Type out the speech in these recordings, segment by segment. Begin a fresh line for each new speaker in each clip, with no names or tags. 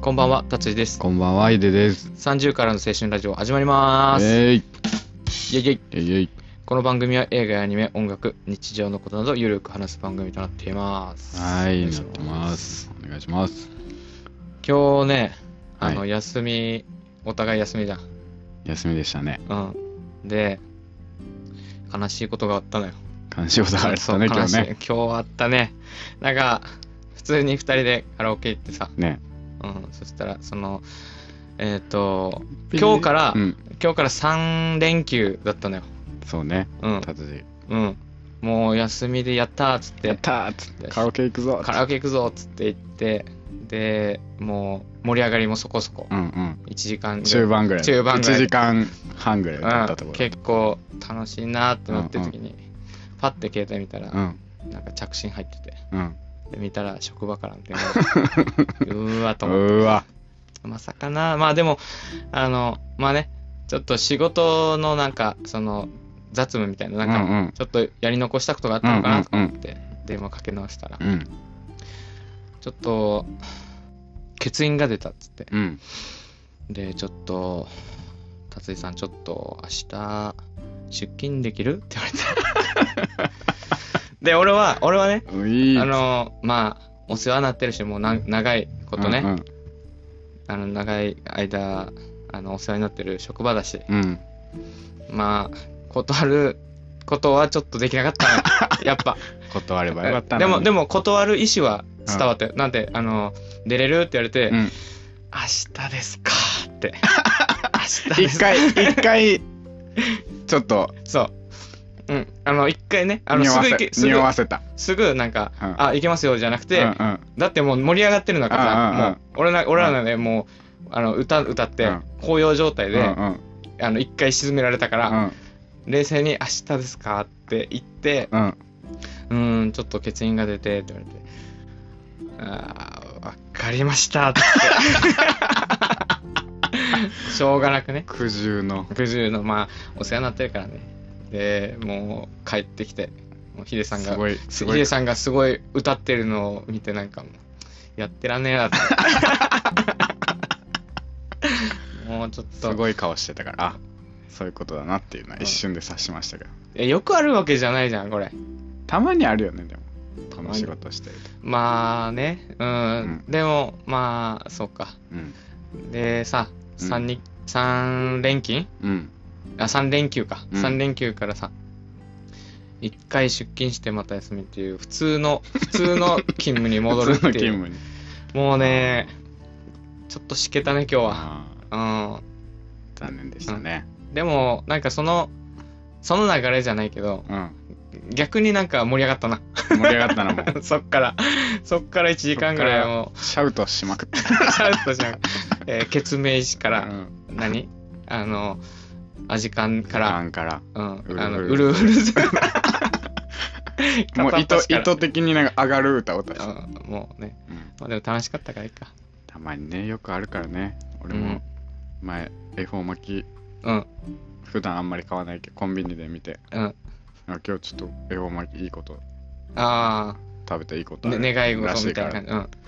こんばんは、達治です。
こんばんは、いでです。
30からの青春ラジオ始まります。
えい、
イェイイェイ
えいえい。
この番組は映画やアニメ、音楽、日常のことなどゆるく話す番組となっています。
はい、
お願
な
し
ってま。す。お願いします。
今日ね、あ
はい
の、休み、お互い休みじゃん。
休みでしたね。
うん。で、悲しいことがあったのよ。
監視をされてた
そう
ね、今
悲し
日
い
ね。
今日あったね。なんか、普通に二人でカラオケ行ってさ、
ね。
うん、そしたら、その、えっ、と、今日から
うん、
今日から3連休だったのよ。
そうね。
うん。
達治。
うん。もう休みでやったーっつっ、
やってたーっつってカラオケ行くぞーっつって
カラオケ行くぞっつって行って、で、もう盛り上がりもそこそこ、
うんうん。
1時間ぐらい
中盤ぐらい。
中盤ぐらい
1時間半ぐらいだったと
うん
ころ。
結構楽しいなーってなってる時に、パッて携帯見た
う
ら、
ん
なんか着信入ってて、
うん。
で見たら職場からの電 話うーわ
う
と思っ
ーわ。
て、まさかな、まあでも、あの、まあね、ちょっと仕事のなんか、その、雑務みたいな、な
う
んん
う
か、
ん。
ちょっとやり残したことがあったのかなとか思って、電話かけ直したら
う、ん
ちょっと、欠員が出たっつって。
うん。
で、ちょっと、達井さん、ちょっと、明日、出勤できるって言われて。で、俺は、俺はね、
うん。いい。
あの、まあ、お世話になってるし、もうな長いことね、
うん
あの、長い間、あの、お世話になってる職場だし、
うん。うん。
まあ、断ることはちょっとできなかった のよやっぱ。
断ればよかった
でも、で
も、
も、断る意思は伝わって、なんて、あの、出れるって言われて、
うん
明日ですか って。明日です
一
か。
回、一回、ちょっと、
そう。うん。あの、一回ね、あの、
匂
す
わ
ぐ行
せ
け、、すぐ
匂、わせた。
すぐなんか、
うん
あ、行けますよじゃなくて、
うんうん。
だってもう盛り上がってるんだから
うん
さ、
うんうん
もう、俺ら、俺らのね、もう、あの、歌、歌って
うん、
高揚状態で、
うんうん
あの、一回沈められたから、
うん
冷静に明日ですかって言って、
うん
うーん、ちょっと欠員が出て、って言われて、あー、わかりました、 って。しょうがなくね。
苦渋の
九十のまあお世話になってるからねでもう帰ってきてもうヒデさん
す
が
ごい
ヒ
すごい
デさんがすごい歌ってるのを見てなんかもうやってらんねえな ってもうちょっ
す
と
ごい顔してたからあそういうことだなっていうのは一瞬で察しましたけど
えよくあるわけじゃないじゃんこれ
たまにあるよねでも
た
こ
ま
の
に
仕事してると
まあねうん、
うん
でもまあそうか
うん
でさ
うん
3に、三連勤
うん
あ3連休か、
うん
3連休からさ1回出勤してまた休みっていう普通の普通の勤務に戻る
普
っ
通の
て
勤
いう
務に
もうねちょっとしけたね今日
ああ
は
残念でしたね
うんでもなんかそのその流れじゃないけど
うん
逆になんか盛り上がったな
盛り上がったのも
そっからそっから1時間ぐらいも
シャウトしまくった
うシャウトしながら、えー、決命師か
から
何あのアジカンから
から
うんあのう
う
る
る
う
うる
る する
もう意図
片っ端から
意図的になんか上がる歌を歌ってた
うんもうね、
うん
まあ、でも楽しかったからいいか。
たまにねよくあるからね俺
うん
も前恵方巻き
うん、
普段あんまり買わないけどコンビニで見て
うん。
あ今日ちょっと恵方巻きいいこと
あ
食べていいこと
あ、
ある
ね、願い
ら
事
し
み
いか
たいな
ら
感じ。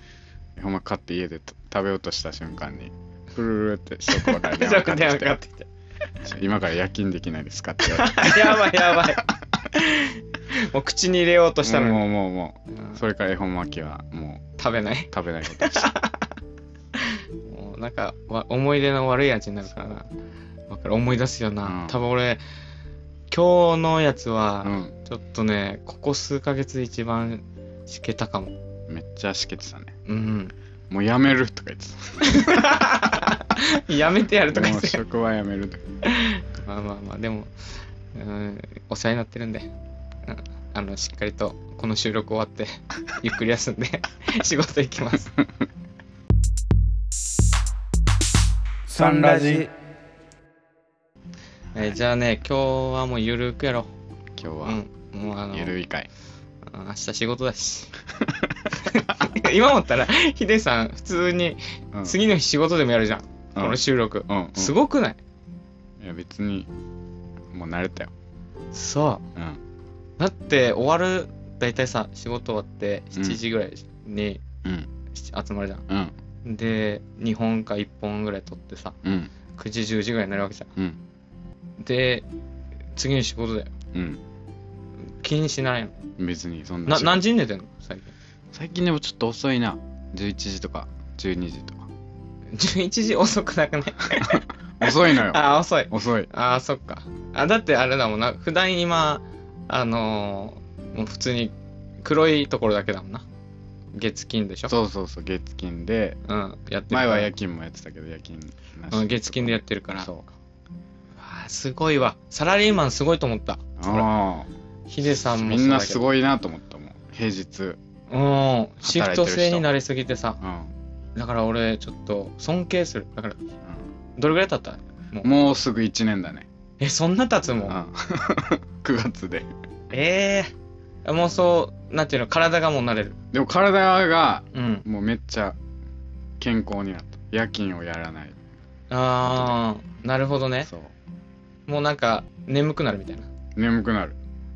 うん。
ほんま買って家でた食べようとした瞬間にプルルルってショックばかり
電話かかってきて。
今から夜勤できないですかって言われて
やばいやばい。もう口に入れようとしたのに、
もうもうも
うん
うそれから恵方巻きはも
食べな
う
い。
食べないこと にした
もうなんかわ思い出の悪い味になるからな。わかる、思い出すよな。
うん
多分俺、今日のやつ
う
は、
ん
ちょっとね、ここ数ヶ月で一番しけたかも。
めっちゃしけてたね
うん。
もうやめるとか言って
やめて やるとか言
たも
っ
う
て。
職はやめるとか
まあまあまあ、でも、うん、お世話になってるんで、うんあの、しっかりと、この収録終わって、 ゆっくり休んで、 仕事行きます。
サンラジ
えーじゃあね、今日はもうゆるくやろ
今日
う。う
は
ん。もうあの、
ゆるい会
うん明日仕事だし。 今思ったら、ヒデさん、普通に、
うん
次の日仕事でもやるじゃん。この収録。
うんうん
すごくない
いや別にもう慣れたよ
そう。
うん
だって終わる大体さ仕事終わって
うん
7時ぐらいに
うん
し集まるじゃん、
うん
で2本か1本ぐらい取ってさ
うん
9時10時ぐらいになるわけじゃ
うん
んで次の仕事だよ
うん
気にしないの
別にそんな
な
仕事
何時に寝てんの最近
最近でもちょっと遅いな11時とか12時とか
11時遅くなくない
遅いのよ
あ遅い
遅い
あそっかあだってあれだもんな普段今あのーもう普通に黒いところだけだもんな月金でしょ
そうそうそう月金で
うんやってる
前は夜
勤
勤もやってたけど夜勤なし
うん、月金でやってるから
そ
あーすごいわサラリーマンすごいと思った
うああ
ヒデさんも
み
そうんだ
な
け
す
ど
ごいなと思ったもん平日
うん
人
シフト制になりすぎてさ
うん
だから俺ちょっと尊敬するだから
う
どれぐらい経った
んもうすぐ1年だね
えそんな経つ
うん
もん
9月で
ええもうそうなんていうの体がもう慣れる
でも体が
うん
もうめっちゃ健康になった夜勤をやらない
ああなるほどね
そう
もうなんか眠くなるみたいな
眠くなる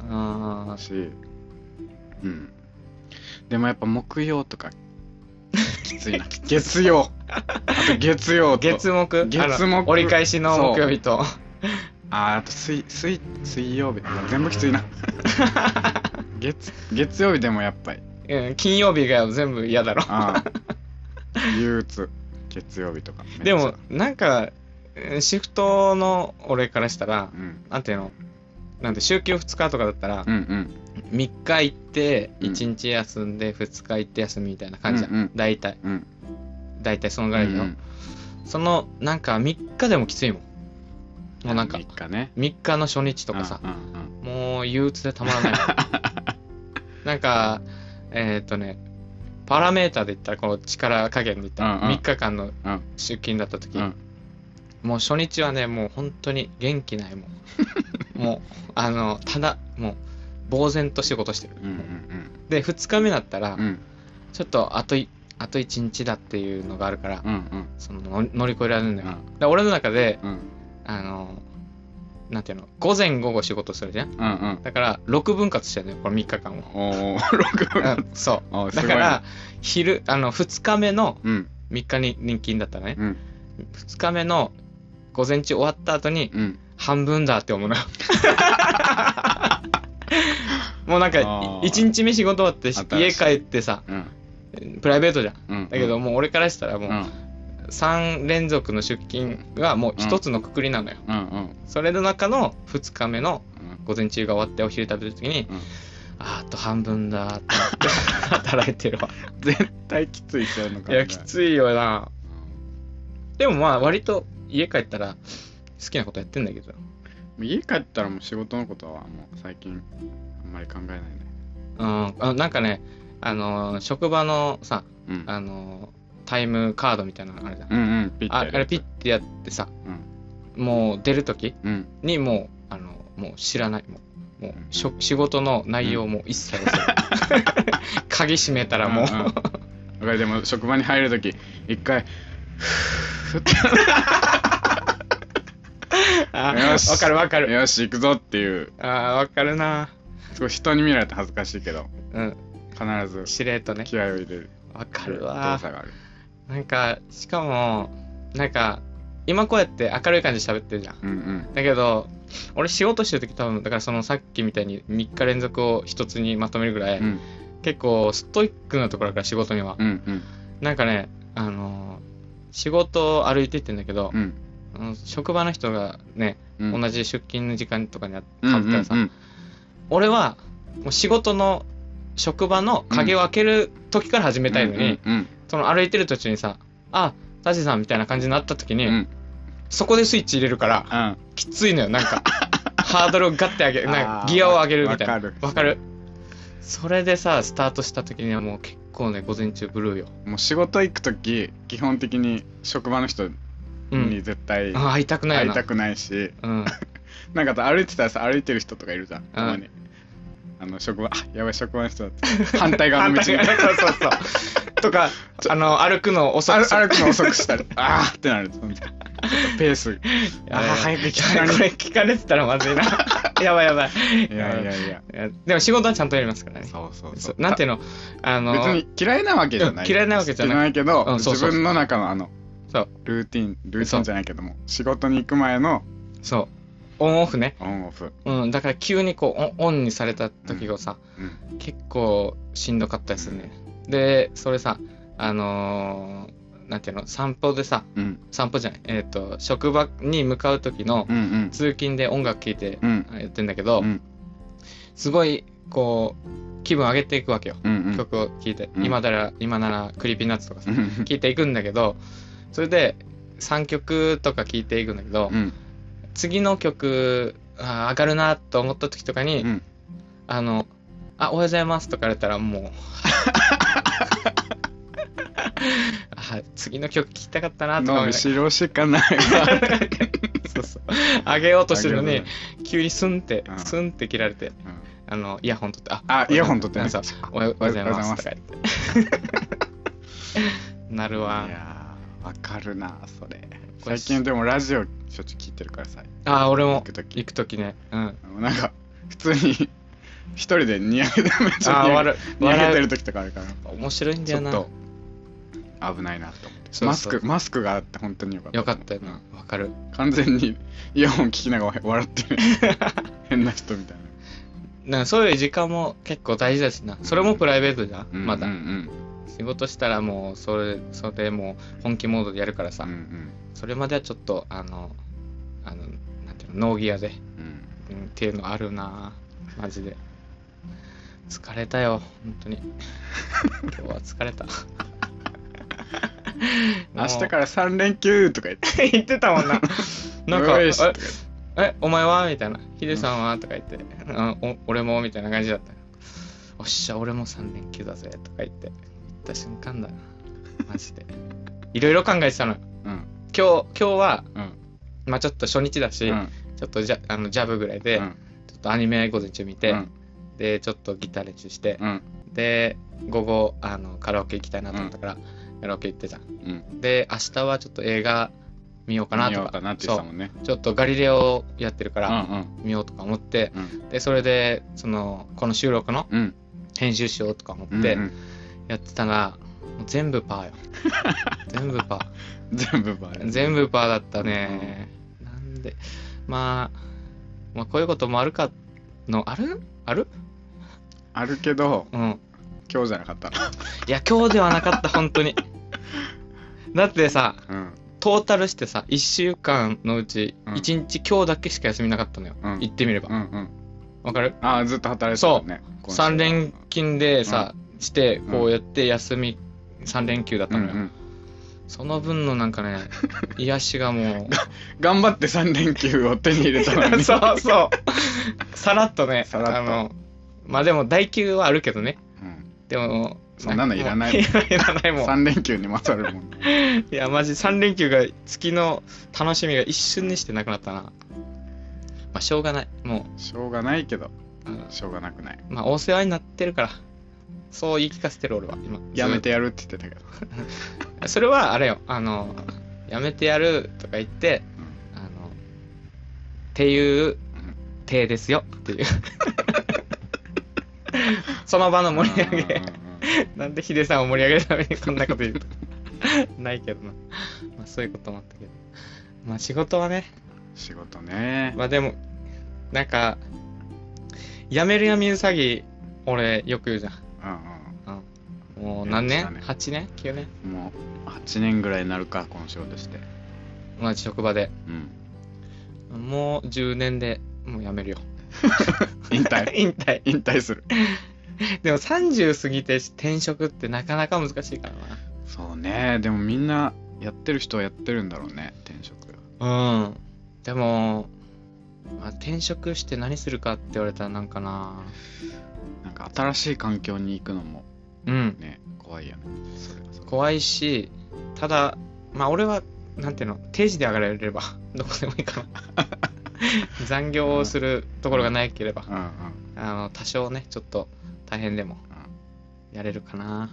あ
しうんでもやっぱ木曜とかきつ いな月曜あと月
あ
曜と
月木
月
あの
木
折り返しの木曜日と
あーあと水水水曜日全部き ついな月月曜日でもやっぱり
うん金曜日が全部嫌だろ
ああ憂鬱月曜日とかめっちゃ
でもなんかうんシフトの俺からしたら
うん
なんていうのなんて週休2日とかだったら
うんうん
3日行って
うん
1日休んで2日行って休みみたいな感じだ、
うんうん
大体
うん
大体そのぐらいよ、
うん
そのなんか3日でもきついもんもうなんか
3日ね
3日の初日とかさ
うんうんうん
もう憂鬱でたまら ないなんかえーっ、とねパラメーターで言ったらこの力加減で言ったら
うんうん
3日間の
うん
出勤だった時、
うん
もう初日はねもう本当に元気ない もんもうあのただもう呆然と仕事してる、
うん
で2日目だったら、
うんうん
ちょっとあといあと1日だっていうのがあるから、
うんうん
その乗り乗り越えられるんだ
う
よ、
ん
で俺の中で
うん
あのなんていうの午前午後仕事するじゃん
うんうん
だから6分割してるのよこの3日間を
おお6 分
うんそ
あ
う
す
だ
ごい
か
ね
ら昼あの2日目の
うん
3日に年金だったらね
うん
2日目の午前中終わった後に
うん
半分だって思うのよ もうなんか
あー
1日目仕事終わって
新
家
しい
帰ってさ
うん
プライベートじゃん
うん
だけどもう俺からしたらもう
うん
3連続の出勤がもう一つのくくりなのよ、
うんうん
それの中の2日目の
うん
午前中が終わってお昼食べる時に、
うん
あーあと半分だーって思って 働いてるわ
絶対きついそういうのか
いやきついよなでもまあ割と家帰ったら好きなことやってんだけど
家帰ったらもう仕事のことはもう最近あんまり考えないね
うんあなんかねあのー職場のさ
うん
あのータイムカードみたいなのあるじゃん、
うんうんピッて
ああ
やる
れピッてやってさ、もう出る時
うん
にもうあのもう知らないもうもう
うん
しょ仕事の内容も一切忘れない 鍵閉めたらもう
うんうん俺でも職場に入るとき一回ふーって
あ
よし
わかるわかる
よし行くぞっていう
あーわかるな
すごい人に見られて恥ずかしいけど
うん
必ず
しれっとね
気合を入れる
わか
動
るわ
作がある
なんかしかもなんか今こうやって明るい感じで喋ってるじゃん
うんうん
だけど俺仕事してる時多分だからそのさっきみたいに3日連続を一つにまとめるぐらい、
うん
結構ストイックなところだから仕事には、
うんうん
なんかねあの仕事を歩いてってんだけど、
うん
あの職場の人がね、
うん
同じ出勤の時間とかにあって
うん
買
う
っ
ん
たらさ、
うん
俺はもう仕事の職場の鍵を開ける時から始めたいのに、
うん
その歩いてる途中にさ「あタジさん」みたいな感じになった時に、
うんうん
そこでスイッチ入れるから
うん
きついのよなん かハードルをガッて上げるなん
あ
か
ー
ギアを上げるみたいな
わかる
わかるそれでさスタートした時にはもう結構ね午前中ブルーよ
もう仕事行くとき基本的に職場の人
う
に
ん
絶対
あ会いたくない
会い
よな
たくないし
うん
なんかさ歩いてたらさ歩いてる人とかいるじゃんたまにあの職場あやばい職場の人だって反対側の道に
反対側そうそうそう とかあの歩くの遅
あ
く
る
する
歩くの遅くしたり あーってなるそのペースあー
あー
早く行きたい
こ
の
れ
に
聞かれてたらまずいな やばいやばい。
いやいやいや。
いやでも仕事はちゃんとやりますからね。
そうそう
そ
そうう。
なんていうのあの、
別に嫌いなわけじゃない。
嫌いなわけじゃない
けど、
うんそうそう
自分の中のあの、
そう
ルーティン、ルーティンじゃないけども、仕事に行く前の
そう。オンオフね。
オンオフ。
うん。だから急にこう、オンオンにされた時がさ、
うん。
結構しんどかったでするね。で、それさ、あのーなんていうの散歩でさ、
うん。
散歩じゃない、えっ、と、職場に向かう時の
うんうん。
通勤で音楽聴いて
うん。
やってんだけど、
うん
すごい、こう、気分上げていくわけよ。
うんうん。
曲を聴いて、
うん
今なら、今なら、クリーピーナッツとかさ
う、ん
聴いていくんだけど、それで、3曲とか聴いていくんだけど、
うん。
次の曲、あー上がるなと思った時とかに、
うん
あの、あ、おはようございますとか言われたら もう、あ次の曲聴きたかったなとか
の
思いなが
後ろしかないわ。
らそうそう。上げようとしてるのに、急にスンって
う、ん
スンって切られて、
うん
あの、イヤホン取って、あ、
あ、イヤホン取ってね。
そうおはようございますとか言って。 なるわ
い。やーわかるなそれ
これ
最近でもラジオしょっちゅう聞いてるからさ
あー、俺
行
も
く時
行くときね。うん。あ
なんか普通に一人でニヤけてめっちゃ
ー、
ニヤ
笑う。
ニヤけて
笑
る時とかあるから
う。面白いんだ
ち
よ
ょっ
な。
と危ないなと思って
そう
マ
そ
ス
う
クマスクがあって本当によかった
よかったよな。わかる。
うん完全にイヤホン聞きながら笑ってる変な人みたいな
なんかそういう時間も結構大事だしな。それもプライベートじゃん。
うん
ま
う
だ。
ん
仕事したらもう、それ、それもう本気モードでやるから
う
さ。
んうん
それまではちょっと、あの、あの、なんていうの、ノーギアで。
うん
うんっていうのあるなぁマジで疲れたよ本当に今日は疲れ た
明日からら3連休とか言って
ら言ってたもんな なんか「
う
え
いしとか言って
えお前は?」みたいな「ヒデさんは?」とか言って「うんお俺も?」みたいな感じだったおっしゃ俺も3連休だぜとか言って言った瞬間だなマジでいろいろ考えてたのよ
うん
今日今日は、
うん
まあちょっと初日だし、
うん
ちょっとジャあのジャブぐらいで、
うん
ちょっとアニメ午前中見て、
うん
でちょっとギター練習して、
うん
で午後あのカラオケ行きたいなと思ったから、カラオケ行ってた
うん
で明日はちょっと映画見ようかな
見
と
よ
か
うかなって言ってたもんね
そうちょっと「ガリレオ」やってるか
う
ら
ん
見ようとか思って、
うん
でそれでそのこの収録の
うん
編集しようとか思
う
っ
ん
て
うん
やってたら、もう全部パ ーよ全部パー
全部バレる
全部パーだったね、なんで、まあ、まあこういうこともあるかのあるある
あるけど
うん
今日じゃなかった
いや今日ではなかった本 当にだってさ
うん
トータルしてさ1週間のうち
うん
1日、今日だけしか休みなかったのよ、
うん
言ってみれば
うんうん
わかる
ああずっと働いてたもんね今週は
3連勤でさ、してこうやって休み3連休だっ
う
た
ん
のよ、
うん
その分のなんか ね癒しがも
頑張って3連休を手に入れたの
う
に
そうそう さらっとね
さらっと
あのまあでも代休はあるけどね
うん
でも、
そんなのいらない
もう いらないもん。
3連休に勝るもん
いや、マジ3連休が、月の楽しみが一瞬にしてなくなったな。まあ、しょうがない。も
しょうがないけど
う、うん
しょうがなくない
まあ、お世話になってるから。そう言い聞かせてる俺は、今。
やめてやるって言ってたけど
ず。それは、あれよ、あの、やめてやるとか言って、あの、っていう、手ですよっていう。その場の盛り上げ。なんでヒデさんを盛り上げるためにこんなこと言うとないけどな。まあそういうこともあったけど。まあ仕事はね、
仕事ね
まあでも、なんか、辞める闇うさぎ、俺よく言うじゃ
う
ん。う
ん
ん、もう何年
やってたね
?8 年 ?9 年
うんもう8年ぐらいになるかこの仕事して
同じ職場で。
うん
もう10年でもう辞めるよ。
引 退
引退。
引退する
でも30過ぎて転職ってなかなか難しいから
そうねでもみんなやってる人はやってるんだろうね転職
な。うん。でも、まあ、転職して何するかって言われたらなんかな。
なんか新しい環境に行くのも
うん。
ね怖いよねそれはそれ
怖いしただまあ俺はなんていうの定時で上がれれば どこでもいいかな 残業をするところがなければ
うん
あの多少ねちょっと大変でもやれるかな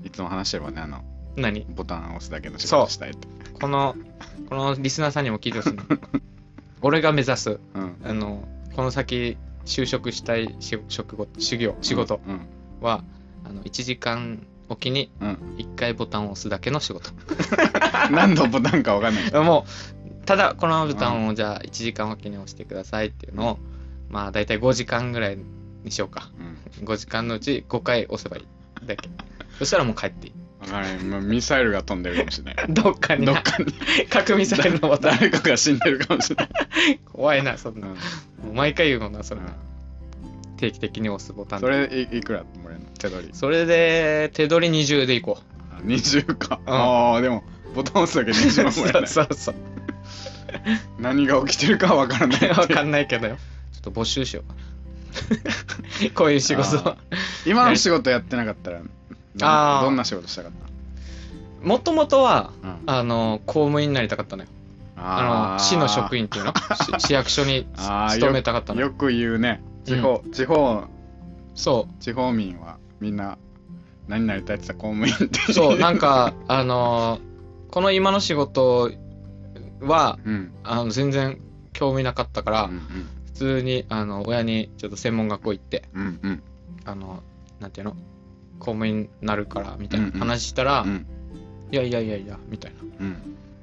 うんいつも話してるもんねあの
何
ボタンを押すだけの仕事したいって
このこのリスナーさんにも聞いてほしいの 俺が目指す
うん
あのこの先就職したいし職ご修行仕事
うん
は、あの1時間おきに
うん
1回ボタンを押すだけの仕事
何のボタンかわかんないけ ど
もうただこのボタンをじゃあ1時間おきに押してくださいっていうのをまあ大体5時間ぐらいにしようか
うん
5時間のうち5回押せばいい だけそしたらもう帰っていい
わからないもうミサイルが飛んでるかもしれない
どっかに
ど
な
っかに
核ミサイルのボタン
誰かが死んでるかもしれない
怖いなそんな
うん
もう毎回言うもんなそれ
うん
定期的に押すボタン
それいいくらもらえるの手取り
それで手取り20でいこう
あ20か、
うん
ああでもボタン押すだけ20万もらえな い
そうそうそう
何が起きてるかわからないっていう
わかんないけどよちょっと募集しよ うこういう仕事
あー今の仕事やってなかったら
あ
な
ー
どんな仕事したかった
もともとは
うん
あの公務員になりたかったのよあの市の職員っていうのし市役所に
あー
勤めたかったのよ
よく言うね地方、地方
そ
地方民はみんな何になりたいって言ったら公務員っていう
そうなんかあのこの今の仕事は
うん
あの全然興味なかったから、
うん
普通にあの親にちょっと専門学校行って
うんうんうん
あのなんていうの公務員になるからみたいな
うんうん
話したら、
うん
いやいやいやいやみたいな
うん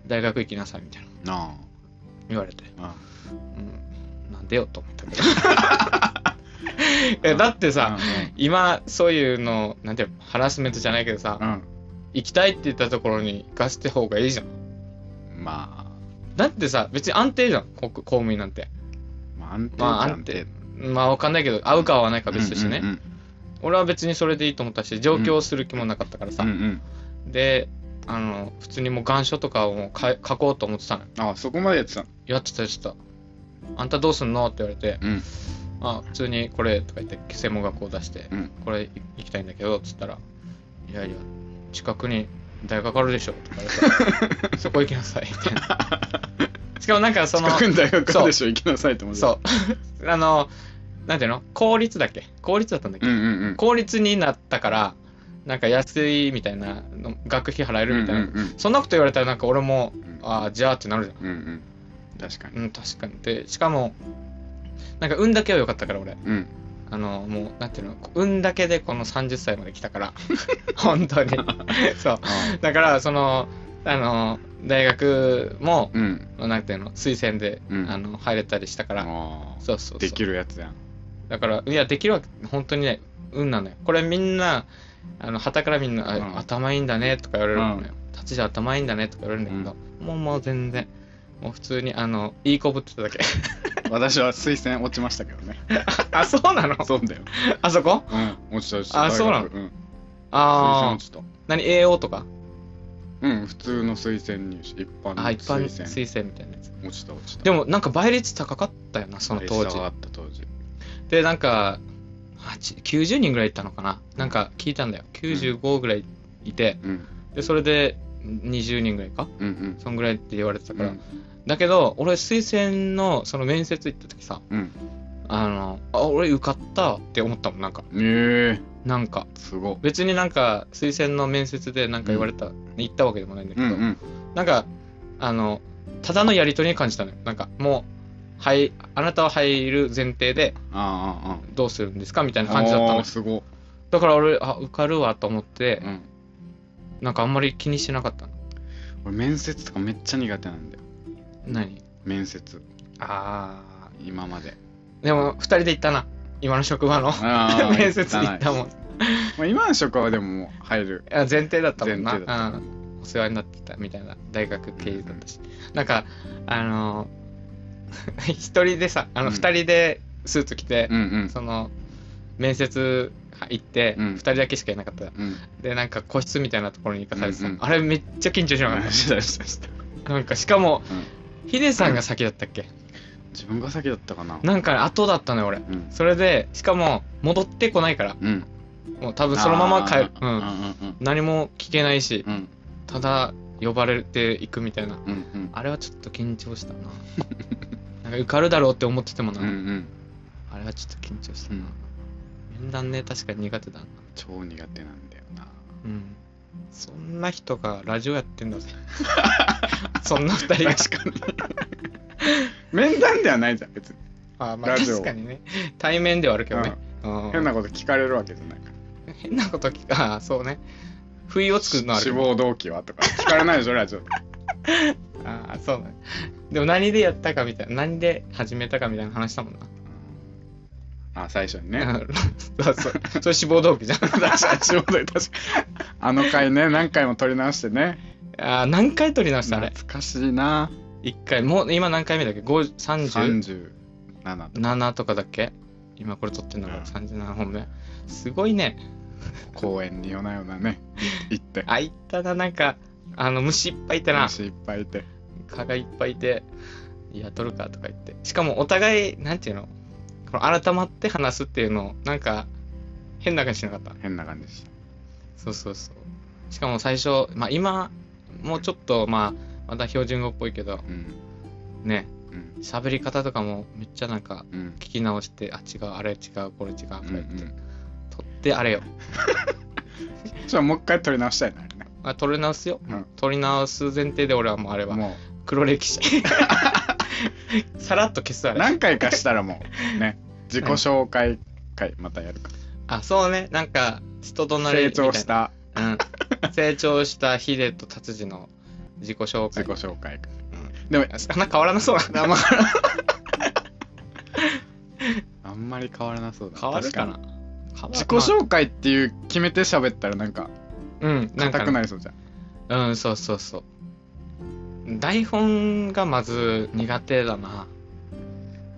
大学行きなさいみたいな
な
言われて、
あ
うん、なんでよと思ったけ どえだってさ、今そういうのなんていうのハラスメントじゃないけどさ、
うん、うん
行きたいって言ったところに行かせた方がいいじゃん
うんま
だってさ別に安定じゃんこ公務員なんて
あまあ安定
まあ安定まあわかんないけど合うか合わないか
か
は別としてね、
うんうん
俺は別にそれでいいと思ったし上京する気もなかったからさ、
うんうんうん
であの普通にもう願書とかをもうか書こうと思ってたの
あそこまでやってたの
やってたやってたあんたどうすんのって言われて
うん
あ普通にこれとか言って専門学校出して、
うん
これい行きたいんだけどっつったら「いやいや近くに大学あるでしょ」とか言われ て「そこ行きなさい」みたいなしかもなんかその
近くに大学あるでしょ行きなさいって思ってた
そう あのなんていうの公立だっけ公立だったんだっけ、
うんうんうん
公立になったからなんか安いみたいなの学費払えるみたいな、
うんうん
そんなこと言われたらなんか俺も、
ん
ああじゃあってなるじゃん
うんうん確かに
うん、確かに。で、しかも、なんか運だけは良かったから、俺。
うん
あの、もう、なんていうの、運だけでこの30歳まで来た から。本当に。そう。
あ
だから、その、あの、大学も、
うん
なんていうの、推薦で、
うん
あの入れたりしたから。
あ
そうそうそう。
ーできるやつやん
だから、いや、できるわけ、本当にね、運なのよ。これみんな、あの、旗からみんな、あ
うん
頭いいんだねとか言われるのよ。立ちじゃ頭いいんだねとか言われるんだけど、もう、もう全然。もう普通に、あの、いい子ぶってただけ。
私は推薦落ちましたけどね
あ、そうなの
そうだよ
あそこ
うん落ちた落ち
あ
た
そうなの
大学うん推薦
ああ
落、ちた
何 ?AO とか
うん普通の推薦入試一般の
あ、一般
推薦
推薦みたいなやつ。
落ちた落ちた
でもなんか倍率高かったよな、その当時
下。がった当時
で、なんか、8 90人ぐらいいったのかななんか聞いたんだよ。95ぐらいいて、
うん
で、それで20人ぐらいか
うんうん
そんぐらいって言われてた
う
から。
ん
だけど、俺推薦のその面接行った時さ、
うん
あの、あ、俺受かったって思ったもん、なんか。
ええ
なんか。
すごっ
別になんか推薦の面接でなんか言われた、行ったわけでもないんだけ
う
ど、
んうん
なんか、あの、ただのやりとりに感じたのよ。なんか、もう、はい、あなたは入る前提で、
あーあーあ
どうするんですかみたい
あ
な感じだったの
ー。すごっ
だから俺、あ、受かるわと思って
う、ん
なんかあんまり気にしてなかったの。
俺面接とかめっちゃ苦手なんだよ
何
面接
あ
今まで
ー。でも、二人で行ったな。今の職場の
あ ー
面接行ったもん。
まあ今の職はでももう入る
あ前提だったもんな。
前提だった
うん。お世話になってたみたいな。大学経由だったし。なんか、あの ー、一人でさ、あの、
うん
二人でスーツ着て、
うんうん
その面接行って
うん
2人だけしかいなかった、
うん
でなんか個室みたいなところに行かされてさ、
うんうん
あれめっちゃ緊張しなかっ
したしたした
たなんかしかもヒデさんが先だったっけ、
自分が先だったかな
なんか後だったのよ俺
うん
それでしかも戻ってこないから
うん
もう多分そのまま帰る、
あ
うん
ーうん
何も聞けないし
うんうん
ただ呼ばれていくみたいな
うんうん
あれはちょっと緊張したな なんか受かるだろうって思っててもな、
うんうん
あれはちょっと緊張した
う
な、
ん
面談ね確かに苦手だな
超苦手なんだよな
うんそんな人がラジオやってんだぜ。 そんな二人が。
確かに面談ではないじゃん別にあまあ
ラジオ確
確か
か
に
にね対面ではあるけどね、うん
変なこと聞かれるわけじゃないか
変なこと聞かあーそうね不意をつくの
ら
ある
志
けど
望動機はとか聞かれないでしょラジオ
ああそうねでも何でやったかみたいな何で始めたかみたいな話したもんな
あ最初にね
ね そうそうそれ志望動機じゃん
確かに志望動機確かに あの回ね何回も撮り直してね
あー何回撮り直したあ
懐
れ
かしいな
1回もう今何回目だっけ5 37
37
とかだっけ今これ撮ってんの
うん
が37本目すごいね
公園に夜な夜なね行って
あいったななんかあの虫いっぱいいたな
虫いっぱいいて
蚊がいっぱいいていや撮るかとか言ってしかもお互いなんていうのこの改まって話すっていうのをなんか変な感じしなかった
変な感じでし
そうそうそうしかも最初まあ今もうちょっとまあまだ標準語っぽいけど
たうん
ね
うん
喋り方とかもめっちゃなんか
うん
聞き直してあ違うあれ違うこれ違うとか
う
言
んう
って、撮
ん
ってあれよ
じゃあもう一回撮り直したいなあれね
あ撮り直すよ、
うん
撮り直す前提で俺はもうあれは
も
黒歴史 さらっと消すあ
う
れ
何回かしたらもうね自己紹介会またやるか
あそうねなんか人となり
成
みたいな
長した
うん、成長したヒデと達治の自己紹
自
介
己紹介会でも
そんな変わらなそうだ
あんまあんまり変わらなそうだ
変わるかな
確に
変わ
自己紹介っていう決めて喋ったらなんか
まあうんなん
硬
か
くな
ね
りそうじゃん
うんそうそうそう台本がまず苦手だな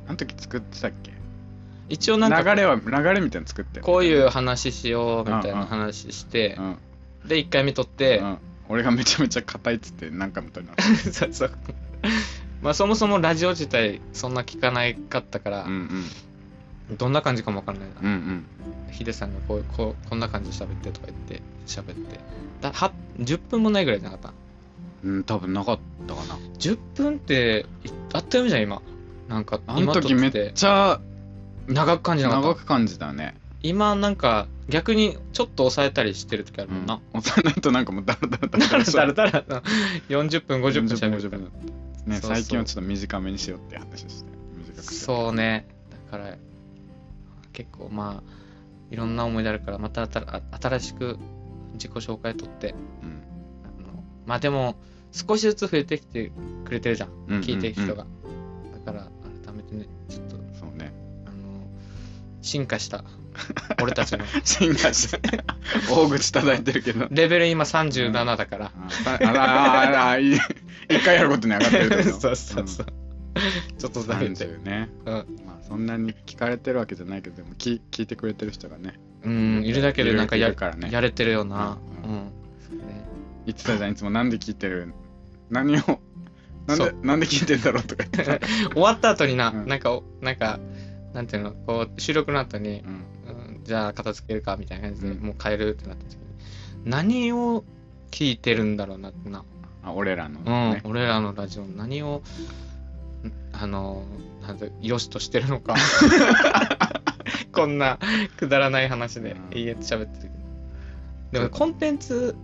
あの時作ってたっけ
一応なんか
流れは流れみたいなの作って
こう
う
いう話しようみたい
うんう
なん話して
うん
で1回目撮って
うん俺がめちゃめちゃ硬いっつって何回も撮り直 し
そうそうまあそもそもラジオ自体そんな聞かないかったか
た
ら
うんうん
どんな感じかもわかんないな
うんうん
ヒデさんがこうこうこんな感じで喋ってとか言って喋ってだは10分もないぐらいじゃなかっ
うん多分なかったかな
た10分っていあっという間じゃん今なんか
あの時
今
め
撮っ
ってちゃ
長く感じなか
長
った
く感じたよね
今なんか逆にちょっと抑えたりしてる時ある
う
もん
ん
な、
大人となんかもうダラダラダラ
だら
ダ
だ
ラ
らだらだら40分50分喋
50
るから
分ね
そうそう
最近はちょっと短めにしようって話して短くしよ
そうねだから結構まあいろんな思い出あるからまた新新しく自己紹介取って
う
あのまあでも少しずつ増えてきてくれてるじゃん
うん
聞いてる人
うん
が、だから改めてねちょっと
うんそうね
あの進化した 俺たちの
進化して大口叩いてるけど
レベル今37だから、
ああらあらあらいい一回やることに上がってるけど
そうそうそう、ちょっとだけで
30ね、
うん
まあ、そんなに聞かれてるわけじゃないけどでも聞聞いてくれてる人がね
うんいるだけでなんか
い
や
るからね
やれてるよな
う
うんん、
う
そうね
言ってたじゃんいつもなんで聞いてる何をなんで
そ
なんで聞いてんだろうとか言ってた、
終わった後にな、
うん
なんかおなんかなんていうのこう収録の後に
う、ん、
うん、じゃあ片付けるかみたいな感じで、
うん
もう帰るってなった時に何を聞いてるんだろうなってな、
あ俺らの
うん
ね、
俺らのラジオ何をんあのなんてよしとしてるの かこんなくだらない話で
うん
永遠と喋ってるけどでもコンテンツ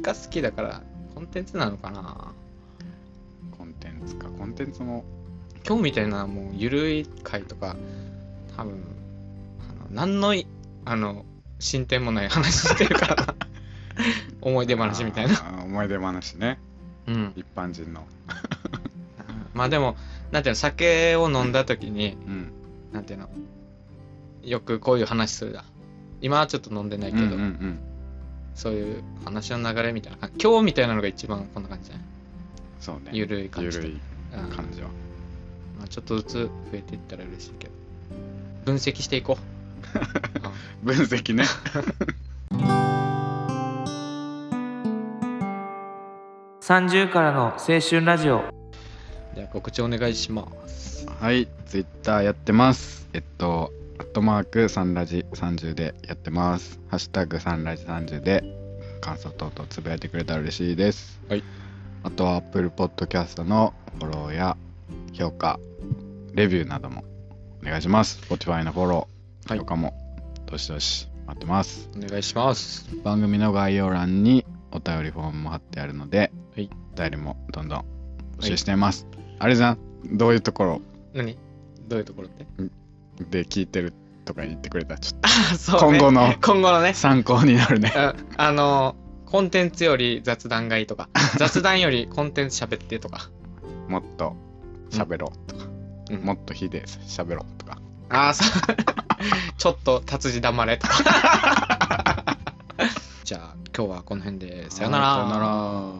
が好きだからコンテンツなのかな
コンテンツかコンテンツも
今日みたいなもうゆるい回とか多分あの何のいあの進展もない話してるから な思い出話みたいな
な思い出話ね
うん
一般人の
まあでもなんていうの酒を飲んだ時に
うん
なんていうのよくこういう話するだ今はちょっと飲んでないけど、
うんうんうん
そういう話の流れみたいなあ今日みたいなのが一番こんな感じじゃない
そうね
ゆるい感じ
ゆ
で
るい
うん
感じは
まあ、ちょっとずつ増えていったら嬉しいけど分析していこう、うん
分析ね
30からの青春ラジオ
じゃあ告知お願いします
はいツイッターやってますえっとアットマークサンラジ30でやってますハッシュタグサンラジ30で感想等々つぶやいてくれたら嬉しいです
はい
あとは Apple Podcast のフォローや評価レビューなどもお願いします Spotify のフォロ
は
ー
い
評価もどしどし待ってます
お願いします
番組の概要欄にお便りフォームも貼ってあるので、
はい
お便りもどんどん募集しています、あれじゃんどういうところ
何どういうところって
で聞いてるとか言ってくれたらちょっ
あそう、ね、
今後の
今後のね
と参考になる ね
ああのコンテンツより雑談がいい とか雑談よりコンテンツ喋ってとか、
もっと喋ろうとか、
うん
もっとひで喋ろうとか
ああそう ちょっと達人黙れとか じゃあ今日はこの辺でさよなら
さよなら